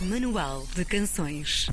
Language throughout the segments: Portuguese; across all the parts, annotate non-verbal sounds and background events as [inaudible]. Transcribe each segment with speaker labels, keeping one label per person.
Speaker 1: Manual de Canções.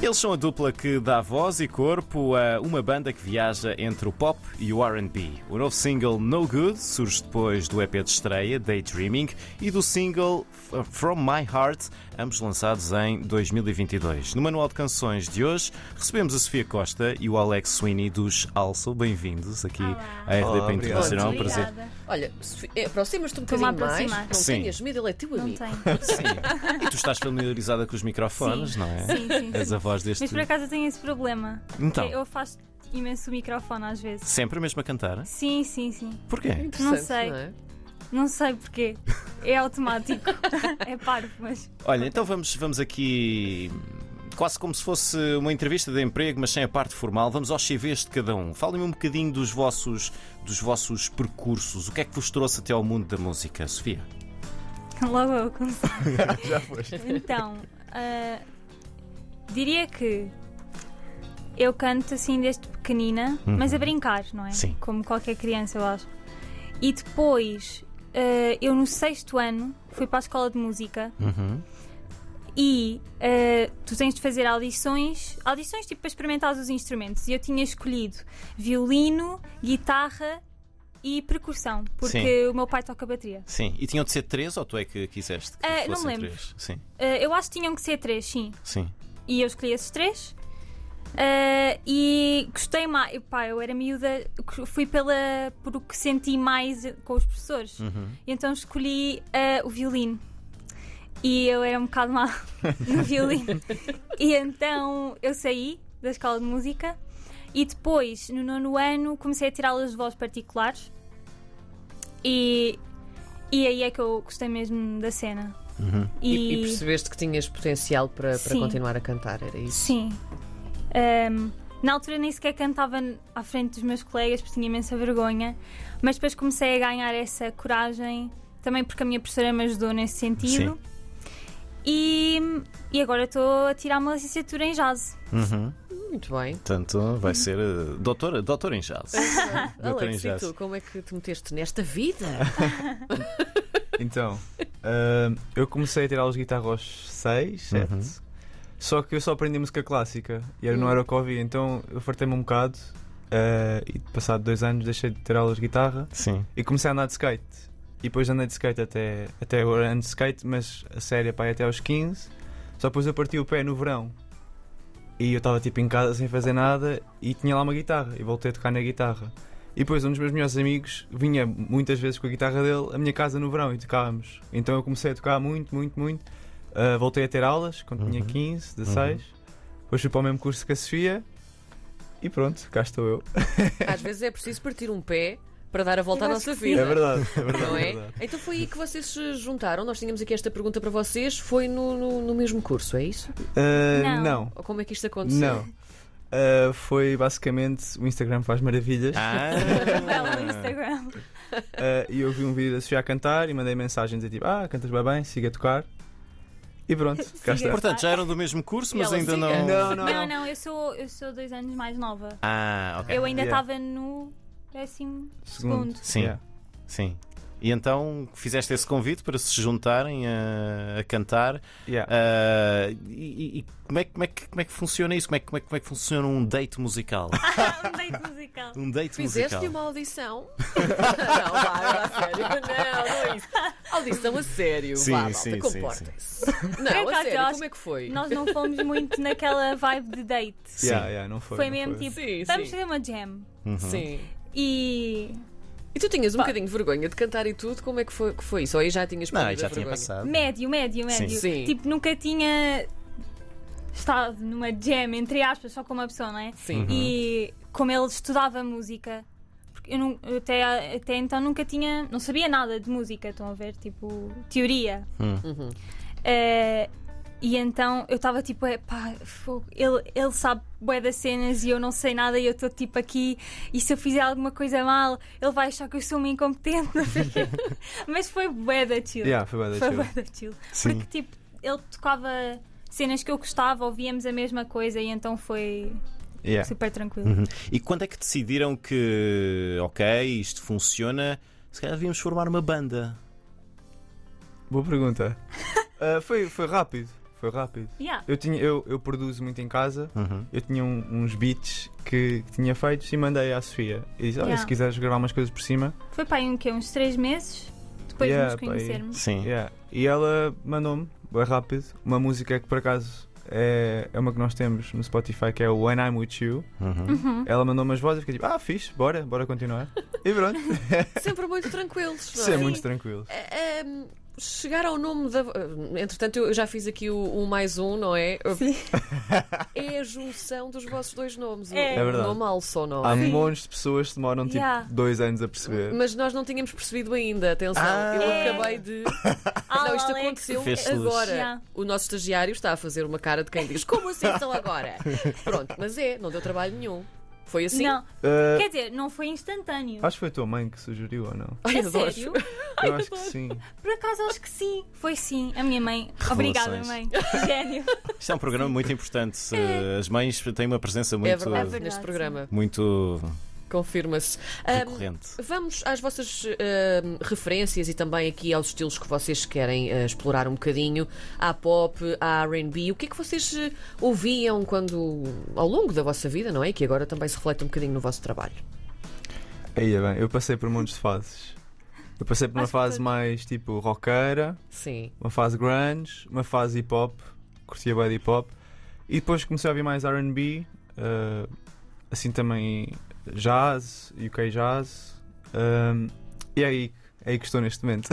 Speaker 2: Eles são a dupla que dá voz e corpo a uma banda que viaja entre o pop e o RB. O novo single No Good surge depois do EP de estreia Daydreaming e do single From My Heart, ambos lançados em 2022. No Manual de Canções de hoje, recebemos a Sofia Costa e o Alex Sweeney dos Also. Bem-vindos aqui à RDP
Speaker 3: Olá,
Speaker 2: Internacional.
Speaker 4: obrigado.
Speaker 2: um Prazer.
Speaker 4: Olha, Sofia, aproximas-te um
Speaker 3: Estou-me a
Speaker 4: bocadinho mais.
Speaker 3: aproximar.
Speaker 4: Não
Speaker 2: Sim.
Speaker 4: tenhas medo, ele é teu
Speaker 3: Não
Speaker 2: [laughs]
Speaker 4: amigo.
Speaker 3: tenho.
Speaker 2: Sim. E tu estás familiarizada com os microfones,
Speaker 3: Sim.
Speaker 2: não é?
Speaker 3: Sim, sim,
Speaker 2: És
Speaker 3: sim.
Speaker 2: a voz deste.
Speaker 3: Mas por acaso eu tenho esse problema.
Speaker 2: Então.
Speaker 3: Eu faço imenso o microfone às vezes.
Speaker 2: Sempre mesmo a cantar?
Speaker 3: Sim, sim, sim.
Speaker 2: Porquê?
Speaker 3: Não
Speaker 4: Interessante,
Speaker 3: sei.
Speaker 4: não é?
Speaker 3: Não sei porquê.
Speaker 2: [laughs]
Speaker 3: É automático. é parvo, mas.
Speaker 2: Olha, então vamos, vamos aqui. Quase como se fosse uma entrevista de emprego, mas sem a parte formal. Vamos aos CVs de cada um. Falem-me um bocadinho dos vossos, dos vossos percursos. O que é que vos trouxe até ao mundo da música, Sofia?
Speaker 3: [laughs] Logo eu começar. Já foi. Então, ah, diria que eu canto assim desde pequenina, mas a brincar, não é?
Speaker 2: Sim.
Speaker 3: Como qualquer criança, eu acho. E depois, ah, eu no sexto ano fui para a escola de música e ah, tu tens de fazer audições, audições tipo para experimentar os instrumentos. E eu tinha escolhido violino, guitarra e percussão, porque o meu pai toca bateria.
Speaker 2: Sim. E tinham de ser três ou tu é que quiseste? Que
Speaker 4: Ah,
Speaker 3: Eh, não
Speaker 2: fossem
Speaker 3: me lembro.
Speaker 2: Três? Sim,
Speaker 3: Ah, eu acho que tinham que ser três, sim.
Speaker 2: sim.
Speaker 3: E eu escolhi esses três. Ah, e gostei mais. Pá, eu era miúda, fui pela, por o que senti mais com os professores.
Speaker 4: Uhum.
Speaker 3: E Então escolhi ah, o violino. E eu era um bocado mal [laughs] no violino. e então eu saí da escola de música. E depois, no nono ano, comecei a tirar aulas de voz particulares. E, e aí é que eu gostei mesmo da cena.
Speaker 4: Uhum. E, e percebeste que tinhas potencial para, para
Speaker 3: Sim.
Speaker 4: continuar a cantar, era isso?
Speaker 3: Sim. Ahm, na altura nem sequer cantava n- à frente dos meus colegas porque tinha imensa vergonha, mas depois comecei a ganhar essa coragem também porque a minha professora me ajudou nesse sentido.
Speaker 2: Sim.
Speaker 3: E, e agora estou a tirar uma licenciatura em jazz.
Speaker 4: Muito bem.
Speaker 2: Uhum. Portanto, vai ser eh, doutora, doutora em jazz. doutora em
Speaker 4: Uhum. Alex, e
Speaker 2: jazz.
Speaker 4: tu, como é que te meteste nesta [laughs] vida?
Speaker 5: Então, ah, eu comecei a tirar aulas de guitarra aos 6, 7. Só que eu só aprendi música clássica e era- não era o que ouvi, então eu fartei-me um bocado. ah, e passado dois anos deixei de ter aulas de guitarra
Speaker 2: Sim.
Speaker 5: e comecei a andar de skate. E depois andei de skate até, até agora ando de skate, mas a séria pai até aos 15. Só depois eu parti o pé no verão. E eu estava tipo em casa sem fazer nada e tinha lá uma guitarra e voltei a tocar na guitarra. E depois um dos meus melhores amigos vinha muitas vezes com a guitarra dele à minha casa no verão e tocávamos. Então eu comecei a tocar muito, muito, muito. Ah, voltei a ter aulas quando tinha 15, 16. Depois fui para o mesmo curso que a Sofia. E pronto, cá estou eu.
Speaker 4: Às vezes é preciso partir um pé para dar a volta à
Speaker 3: Eu
Speaker 4: nossa
Speaker 3: acho que
Speaker 4: vida.
Speaker 5: É verdade, é verdade.
Speaker 4: Não
Speaker 5: é
Speaker 4: é?
Speaker 5: verdade.
Speaker 4: Então foi aí que vocês se juntaram. Nós tínhamos aqui esta pergunta para vocês. Foi no, no, no mesmo curso, é isso?
Speaker 5: Ah,
Speaker 3: Não.
Speaker 5: não.
Speaker 4: Ou como é que isto aconteceu?
Speaker 5: Não. Uh, foi basicamente o Instagram faz maravilhas.
Speaker 3: Ah.
Speaker 4: [laughs]
Speaker 3: Ela no
Speaker 2: Ah,
Speaker 3: Instagram.
Speaker 5: Uh, e eu vi um vídeo da Sofia a cantar e mandei mensagens a tipo: Ah, cantas bem bem, siga a tocar.
Speaker 3: [laughs]
Speaker 5: E pronto, cá
Speaker 3: Siga.
Speaker 5: está.
Speaker 2: Portanto, já eram do mesmo curso,
Speaker 4: E
Speaker 2: mas
Speaker 4: ela
Speaker 2: ainda
Speaker 4: siga.
Speaker 2: não.
Speaker 5: Não, não,
Speaker 3: Não,
Speaker 5: não.
Speaker 3: não, eu sou, eu sou dois anos mais nova.
Speaker 2: Ah, ok.
Speaker 3: Eu ainda
Speaker 5: É, Yeah.
Speaker 3: estava no décimo [laughs]
Speaker 5: Segundo.
Speaker 3: segundo.
Speaker 2: Sim.
Speaker 5: Yeah.
Speaker 2: Sim. E então fizeste esse convite para se juntarem a, a cantar.
Speaker 5: Yeah.
Speaker 2: Ah, e e- e como, é, que- como, é que, como é que funciona isso? Como é, que- como, é, que- como é que funciona um date
Speaker 4: [laughs]
Speaker 2: musical?
Speaker 3: um date musical.
Speaker 2: Um date musical.
Speaker 4: Fizeste-lhe uma audição? [laughs] não, vá, a sério. Não, não é isso. Audição a sério.
Speaker 2: Sim,
Speaker 4: vá, malta,
Speaker 2: sim, sim,
Speaker 4: comportem-se.
Speaker 3: Por
Speaker 4: Não, a
Speaker 3: acaso, eu
Speaker 4: sério,
Speaker 3: acho
Speaker 4: como é que foi?
Speaker 3: Nós não fomos muito naquela vibe de date.
Speaker 2: Sim.
Speaker 5: Yeah, yeah, não foi.
Speaker 3: Foi
Speaker 5: não
Speaker 3: mesmo
Speaker 5: foi.
Speaker 3: tipo,
Speaker 4: Sim,
Speaker 3: vamos
Speaker 4: sim.
Speaker 3: fazer uma jam.
Speaker 2: Uhum.
Speaker 4: Sim.
Speaker 3: E
Speaker 4: E tu tinhas um bocadinho de vergonha de cantar e tudo, como é que foi, que foi isso? Ou aí já tinhas
Speaker 2: Não,
Speaker 4: perdido
Speaker 2: já
Speaker 4: a
Speaker 2: tinha
Speaker 4: vergonha?
Speaker 2: passado.
Speaker 3: médio, médio, médio.
Speaker 4: Sim.
Speaker 3: Tipo, nunca tinha estado numa jam, entre aspas, só com uma pessoa, não é?
Speaker 4: Sim.
Speaker 3: E como ele estudava música, porque eu, não- eu até, até então nunca tinha, não sabia nada de música, estão a ver? Tipo, teoria. Eh, e então eu estava tipo, é pá, fogo, ele, ele sabe bué das cenas e eu não sei nada e eu estou tipo aqui e se eu fizer alguma coisa mal, ele vai achar que eu sou uma incompetente. não sei o quê. Mas foi bué da chill.
Speaker 5: Yeah, foi bué da
Speaker 3: Foi
Speaker 5: chill.
Speaker 3: bué da chill. Porque tipo, ele tocava cenas que eu gostava, ouvíamos a mesma coisa e então foi
Speaker 5: Yeah. Hum.
Speaker 3: super tranquilo.
Speaker 2: E quando é que decidiram que, ok, isto funciona, se calhar devíamos formar uma banda?
Speaker 5: Boa pergunta. Ah, foi, foi rápido, foi rápido.
Speaker 3: Yeah.
Speaker 5: Eu, tinha, eu, eu produzo muito em casa,
Speaker 2: Uhum.
Speaker 5: eu tinha um- uns beats que, que tinha feitos e mandei à Sofia. E disse: olha,
Speaker 3: Yeah.
Speaker 5: se quiseres gravar umas coisas por cima.
Speaker 3: Foi para aí um quê? Uns 3 meses depois de
Speaker 5: Yeah,
Speaker 3: nos
Speaker 5: pá, aí.
Speaker 3: conhecermos.
Speaker 2: Sim.
Speaker 4: É.
Speaker 5: Yeah. E ela mandou-me, bem rápido, uma música que por acaso é, é uma que nós temos no Spotify, que é o When I'm With You.
Speaker 2: Uhum.
Speaker 3: Uhum.
Speaker 5: Ela mandou umas vozes e fiquei tipo, ah, fixe, bora, bora
Speaker 3: [laughs]
Speaker 5: continuar. E pronto,
Speaker 2: Uhum.
Speaker 4: Sempre muito tranquilos. não
Speaker 5: isso é
Speaker 4: é?
Speaker 5: muito tranquilo.
Speaker 4: É, é, chegar ao nome da. Entretanto, eu já fiz aqui o, o mais um, não é?
Speaker 3: Sim.
Speaker 4: É a junção dos vossos dois nomes.
Speaker 3: É.
Speaker 4: O,
Speaker 5: É
Speaker 4: o
Speaker 5: verdade.
Speaker 4: nome Alson, não
Speaker 5: Há
Speaker 4: é?
Speaker 3: Sim.
Speaker 5: montes de pessoas que demoram tipo
Speaker 3: Yeah.
Speaker 5: dois anos a perceber.
Speaker 4: Mas nós não tínhamos percebido ainda, atenção.
Speaker 5: Ah.
Speaker 4: Eu
Speaker 3: É.
Speaker 4: acabei de.
Speaker 3: Ah,
Speaker 4: [laughs] não, isto
Speaker 3: Alex.
Speaker 4: aconteceu
Speaker 2: Fez-se luz.
Speaker 4: agora.
Speaker 3: Yeah.
Speaker 4: O nosso estagiário está a fazer uma cara de quem
Speaker 3: [laughs]
Speaker 4: diz: Como assim estão agora? Pronto, mas é, não deu trabalho nenhum. Foi assim?
Speaker 3: Não,
Speaker 5: Ah,
Speaker 3: quer dizer, não foi instantâneo.
Speaker 5: acho que foi a tua mãe que sugeriu ou não?
Speaker 4: Ai,
Speaker 3: É
Speaker 4: adoro.
Speaker 3: sério?
Speaker 5: Eu acho que sim.
Speaker 3: Por acaso acho que sim. Foi sim. A minha mãe. Obrigada,
Speaker 5: [laughs]
Speaker 3: mãe. Gênio.
Speaker 2: Isto é um programa muito importante. As mães têm uma presença
Speaker 4: É
Speaker 2: muito,
Speaker 4: verdade,
Speaker 3: verdade,
Speaker 4: neste
Speaker 3: sim.
Speaker 4: programa.
Speaker 2: muito
Speaker 4: Confirma-se. Ahm,
Speaker 2: recorrente.
Speaker 4: Vamos às vossas ahm, referências e também aqui aos estilos que vocês querem ah, explorar um bocadinho, à pop, à RB. O que é que vocês eh, ouviam quando, ao longo da vossa vida, não é? Que agora também se reflete um bocadinho no vosso trabalho.
Speaker 5: Aí é bem, eu passei por montes de fases. Eu passei por uma
Speaker 3: Acho que
Speaker 5: fase
Speaker 3: foi-
Speaker 5: mais tipo rockera,
Speaker 4: Sim.
Speaker 5: uma fase grunge, uma fase hip hop, curtia bem de hip hop, e depois comecei a ouvir mais RB, eh, assim também jazz, UK jazz, ehm, e é aí, é aí que estou neste momento.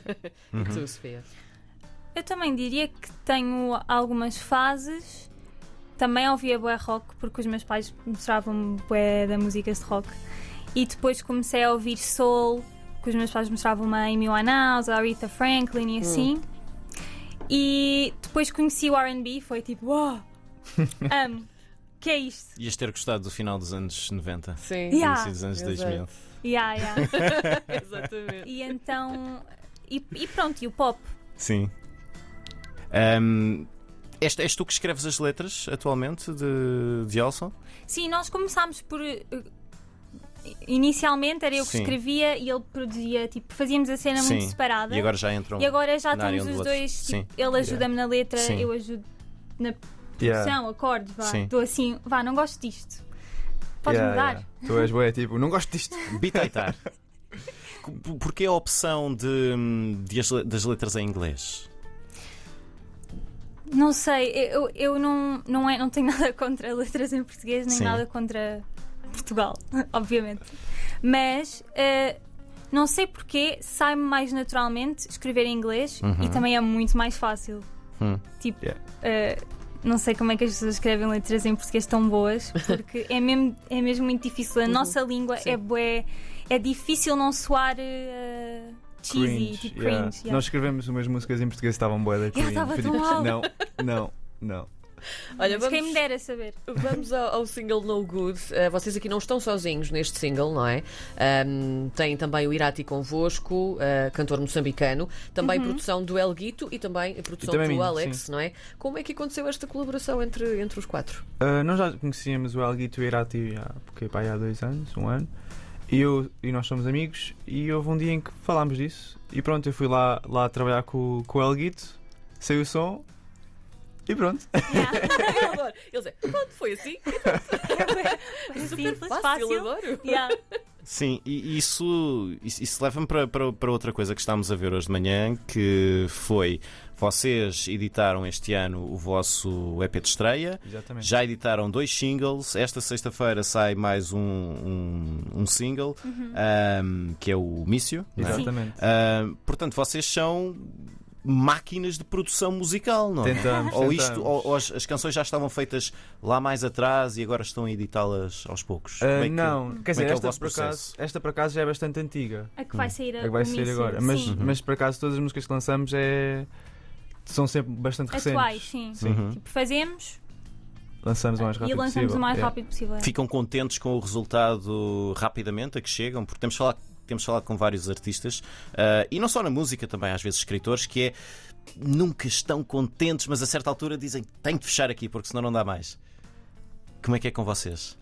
Speaker 5: [laughs]
Speaker 2: Uhum.
Speaker 4: E tu, Sofia?
Speaker 3: Eu também diria que tenho algumas fases. Também ouvia bué rock, porque os meus pais mostravam-me bué da música de rock. E depois comecei a ouvir soul, que os meus pais mostravam-me a Amy Winehouse, a Aretha Franklin e assim. E depois conheci o R&B, foi tipo, uau, amo, que é isto?
Speaker 2: Ias ter gostado do final dos anos 90,
Speaker 4: Sim. [laughs]
Speaker 3: Yeah.
Speaker 2: início dos anos 2000.
Speaker 4: Ah, Exato.
Speaker 3: Yeah, yeah.
Speaker 4: Exatamente.
Speaker 3: E então. E, e pronto, e o pop?
Speaker 2: Sim. Ahm, és, Ehm, és tu que escreves as letras atualmente de, de Alson?
Speaker 3: Sim, nós começámos por. eh, Inicialmente era eu que
Speaker 2: Sim.
Speaker 3: escrevia e ele produzia, tipo, fazíamos a cena
Speaker 2: Sim.
Speaker 3: muito separada.
Speaker 2: E agora já entram.
Speaker 3: Ah, E agora já
Speaker 2: na área
Speaker 3: estamos
Speaker 2: um do
Speaker 3: os
Speaker 2: outro.
Speaker 3: dois,
Speaker 2: Sim.
Speaker 3: tipo, ele ajuda-me na letra,
Speaker 2: Sim.
Speaker 3: eu ajudo na
Speaker 5: Yeah,
Speaker 3: produção, acordes, vá.
Speaker 2: Sim.
Speaker 3: Dou assim, vá, não gosto disto. Podes
Speaker 5: yeah,
Speaker 3: mudar?
Speaker 5: yeah. Tu és boé, tipo, não gosto
Speaker 3: [laughs]
Speaker 5: disto.
Speaker 2: [laughs] Bitaitar. P- Porquê a opção de, de as le- das letras em inglês?
Speaker 3: Não sei, eu, eu não, não, é, não tenho [laughs] nada contra letras em português, nem
Speaker 2: Sim.
Speaker 3: nada contra Portugal, [laughs] obviamente. Mas eh, não sei porquê, sai-me mais naturalmente escrever em inglês e também é muito mais fácil.
Speaker 2: Hum.
Speaker 3: Tipo,
Speaker 5: Yeah.
Speaker 3: eh, não sei como é que as pessoas escrevem letras em português tão boas, porque é mesmo, é mesmo muito difícil. A nossa língua é bué, é difícil não soar eh, cheesy, tipo cringe.
Speaker 5: yeah.
Speaker 3: yeah.
Speaker 5: Nós escrevemos umas músicas em português que estavam boé da cringe.
Speaker 3: estava
Speaker 5: Fui
Speaker 3: tão
Speaker 5: tipo,
Speaker 3: mal.
Speaker 5: Não, não, não.
Speaker 4: Olha,
Speaker 3: Mas quem me
Speaker 4: vamos,
Speaker 3: dera saber.
Speaker 4: Vamos ao, ao single No Good. Eh, vocês aqui não estão sozinhos neste single, não é? Ahm, tem também o Irati convosco, eh, cantor moçambicano, também produção do El Guito e também a produção
Speaker 5: E também
Speaker 4: do
Speaker 5: minha,
Speaker 4: Alex,
Speaker 5: sim.
Speaker 4: não é? Como é que aconteceu esta colaboração entre, entre os quatro?
Speaker 5: Uh, nós já conhecíamos o Elguito Irati há, porque, pá, há dois anos, um ano, e, eu, e nós somos amigos. E houve um dia em que falámos disso. E pronto, eu fui lá, lá trabalhar com, com o Elguito, saiu o som, e pronto.
Speaker 4: [laughs] Eu adoro. Eles é, pronto, foi assim,
Speaker 3: Simples,
Speaker 4: fácil, adoro.
Speaker 3: Yeah.
Speaker 2: Sim, e isso, isso, isso leva-me para, para, para outra coisa que estamos a ver hoje de manhã, que foi vocês editaram este ano o vosso EP de estreia.
Speaker 5: Exatamente.
Speaker 2: Já editaram dois singles. Esta sexta-feira sai mais um, um, um single,
Speaker 5: Uhum.
Speaker 2: ahm, que é o Mício. não é?
Speaker 5: Exatamente.
Speaker 2: Ahm, portanto, vocês são máquinas de produção musical, não é?
Speaker 5: Tentamos,
Speaker 2: Ou, isto,
Speaker 5: tentamos.
Speaker 2: ou, ou as, as canções já estavam feitas lá mais atrás e agora estão a editá-las aos poucos?
Speaker 5: Uh,
Speaker 2: Como é que-
Speaker 5: não, quer dizer,
Speaker 2: é que é o
Speaker 5: esta,
Speaker 2: vosso
Speaker 5: por acaso,
Speaker 2: processo?
Speaker 5: esta por acaso já é bastante antiga.
Speaker 3: A que vai sair,
Speaker 5: É que vai sair agora. Mas,
Speaker 2: Uhum.
Speaker 3: Sim.
Speaker 5: mas por acaso todas as músicas que lançamos é, são sempre bastante recentes.
Speaker 3: Atuais, sim.
Speaker 2: Uhum.
Speaker 3: Tipo, fazemos
Speaker 5: Lançamos o mais
Speaker 3: e
Speaker 5: rápido
Speaker 3: lançamos
Speaker 5: possível.
Speaker 3: o mais
Speaker 5: É.
Speaker 3: rápido possível. é.
Speaker 2: Ficam contentes com o resultado rapidamente a que chegam? Porque temos falado, temos falado com vários artistas ah, e não só na música, também às vezes escritores, que é nunca estão contentes, mas a certa altura dizem tenho de fechar aqui porque senão não dá mais. Como é que é com vocês?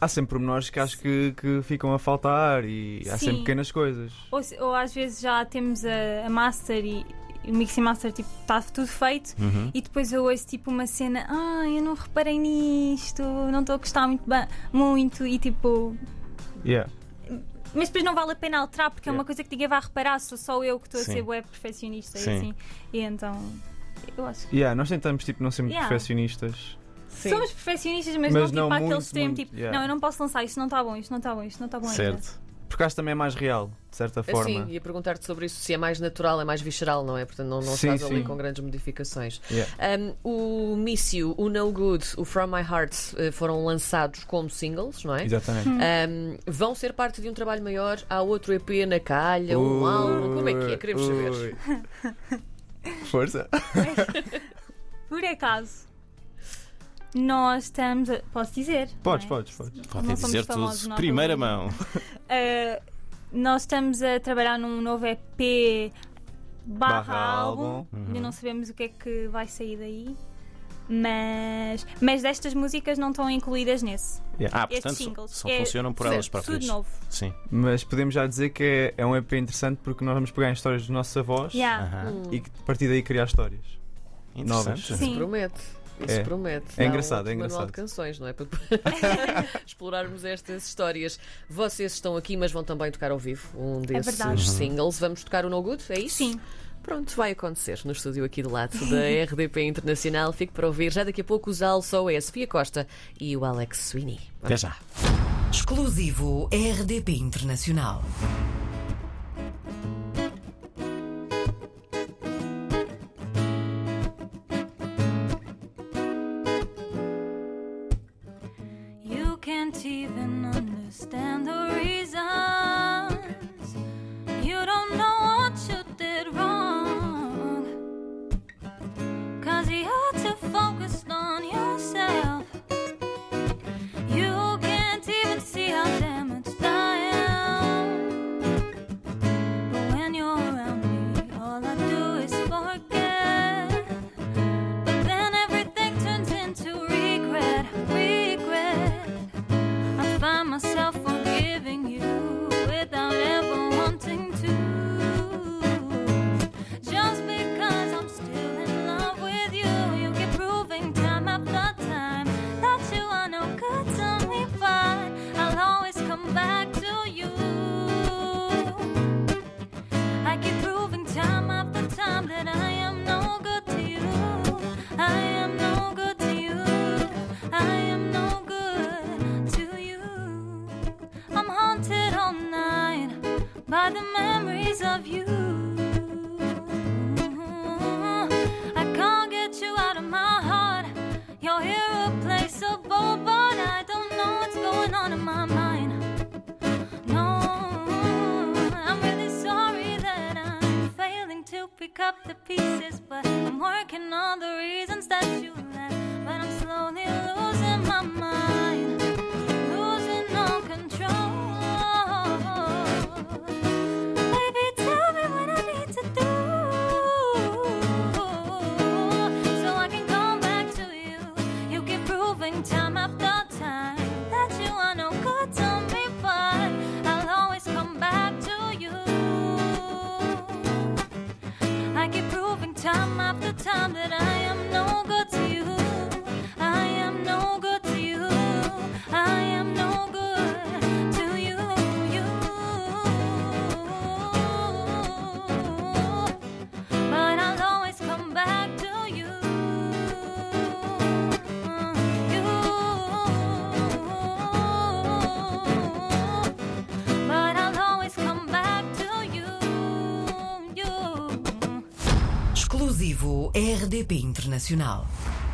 Speaker 5: Há sempre pormenores que acho que, que ficam a faltar e há
Speaker 3: Sim.
Speaker 5: sempre pequenas coisas.
Speaker 3: Ou, se- ou às vezes já temos a, a master e, o Mixing Master tipo está tudo feito
Speaker 2: Uhum.
Speaker 3: e depois eu ouço tipo uma cena, ah, eu não reparei nisto, não estou a gostar muito, ba- muito e tipo.
Speaker 5: Yeah.
Speaker 3: Mas depois não vale a pena alterar porque é uma
Speaker 5: Yeah.
Speaker 3: coisa que ninguém vai reparar, sou só eu que estou a
Speaker 2: Sim.
Speaker 3: ser web perfeccionista
Speaker 2: Sim.
Speaker 3: e assim. E então. Eu acho que.
Speaker 5: Yeah, nós tentamos tipo, não ser muito
Speaker 3: Yeah.
Speaker 5: perfeccionistas.
Speaker 4: Sim.
Speaker 3: Somos perfeccionistas, mas,
Speaker 5: Mas
Speaker 3: não tipo
Speaker 5: não
Speaker 3: àquele
Speaker 5: muito,
Speaker 3: extremo,
Speaker 5: muito,
Speaker 3: tipo,
Speaker 5: yeah.
Speaker 3: não, eu não posso lançar, isto não está bom, isto não está bom, isto não está bom.
Speaker 2: Certo.
Speaker 5: Porque acho que também é mais real, de certa
Speaker 4: Ah,
Speaker 5: forma.
Speaker 4: Sim, ia perguntar-te sobre isso, se é mais natural, é mais visceral, não é? Portanto, não, não
Speaker 5: Sim,
Speaker 4: estás ali
Speaker 5: sim.
Speaker 4: com grandes modificações.
Speaker 5: Yeah.
Speaker 4: Um, o Miss You, o No Good, o From My Heart eh, foram lançados como singles, não é? [laughs]
Speaker 5: Exatamente.
Speaker 4: Um, vão ser parte de um trabalho maior? Há outro EP na calha? Um álbum? Como é que é? Queremos saber.
Speaker 5: saber. Força.
Speaker 3: Por acaso, nós estamos. A... Posso dizer?
Speaker 5: Podes,
Speaker 3: não é?
Speaker 5: podes, podes.
Speaker 2: Podem
Speaker 3: Não somos
Speaker 2: dizer
Speaker 3: famosos,
Speaker 2: tudo.
Speaker 3: não há
Speaker 2: Primeira
Speaker 3: problema.
Speaker 2: mão.
Speaker 3: Uh, nós estamos a trabalhar num novo EP barra,
Speaker 5: Barra
Speaker 3: álbum.
Speaker 5: álbum.
Speaker 3: Ainda não sabemos o que é que vai sair daí. Mas, mas destas músicas não estão incluídas nesse.
Speaker 2: Ah,
Speaker 3: Estes
Speaker 2: portanto,
Speaker 3: singles.
Speaker 2: só
Speaker 3: É
Speaker 2: funcionam por
Speaker 4: tudo-
Speaker 2: elas próprias.
Speaker 3: Tudo novo.
Speaker 2: Sim.
Speaker 5: Mas podemos já dizer que é, é um EP interessante porque nós vamos pegar em histórias dos nossos avós
Speaker 3: Yeah.
Speaker 2: Aham.
Speaker 5: e que, a partir daí criar histórias.
Speaker 2: Interessante.
Speaker 3: Sim.
Speaker 4: Promete. Isso
Speaker 5: É.
Speaker 4: promete.
Speaker 5: É
Speaker 4: Dá
Speaker 5: engraçado,
Speaker 4: um outro
Speaker 5: é
Speaker 4: Manual
Speaker 5: engraçado.
Speaker 4: de canções, não é? Para
Speaker 3: [laughs]
Speaker 4: [laughs] explorarmos estas histórias. Vocês estão aqui, mas vão também tocar ao vivo um desses
Speaker 3: É
Speaker 5: Uhum.
Speaker 3: verdade.
Speaker 4: singles. Vamos tocar o No Good? É isso?
Speaker 3: Sim.
Speaker 4: Pronto, vai acontecer no estúdio aqui de lado da [laughs] RDP Internacional. Fico para ouvir já daqui a pouco os Al Só é a Sofia Costa e o Alex Sweeney.
Speaker 2: Até já.
Speaker 1: Exclusivo RDP Internacional.
Speaker 3: You can't even understand the reasons. You don't know what you did wrong. Cause you're too focused on yourself. You can't even see how damaged I am. But when you're around me, all I do is forget. But then everything turns into regret, regret. I find myself forgiving you without ever wanting to. Just because I'm still in love with you, you keep proving time after time that you are no good to me, but I'll always come back to you. I keep proving time after time that I am no good to you. I am no good to you. I am no good to you. I'm haunted all night by the memories of you. I can't get you out of my heart. You're irreplaceable, but I don't know what's going on in my mind. No, I'm really sorry that I'm failing to pick up the pieces, but I'm working on the reasons that you left. But I'm slowly losing my mind, losing all control. Baby, tell me what I need to do so I can come back to you. You keep proving time after time that you are no good to me, but I'll always come back to you. I keep proving time after time that I am no good to you. I am no good to you. I am no good to you. you. But I'll always come back to you. You but I'll always come back to you. you.
Speaker 1: Exclusivo RDP Internacional.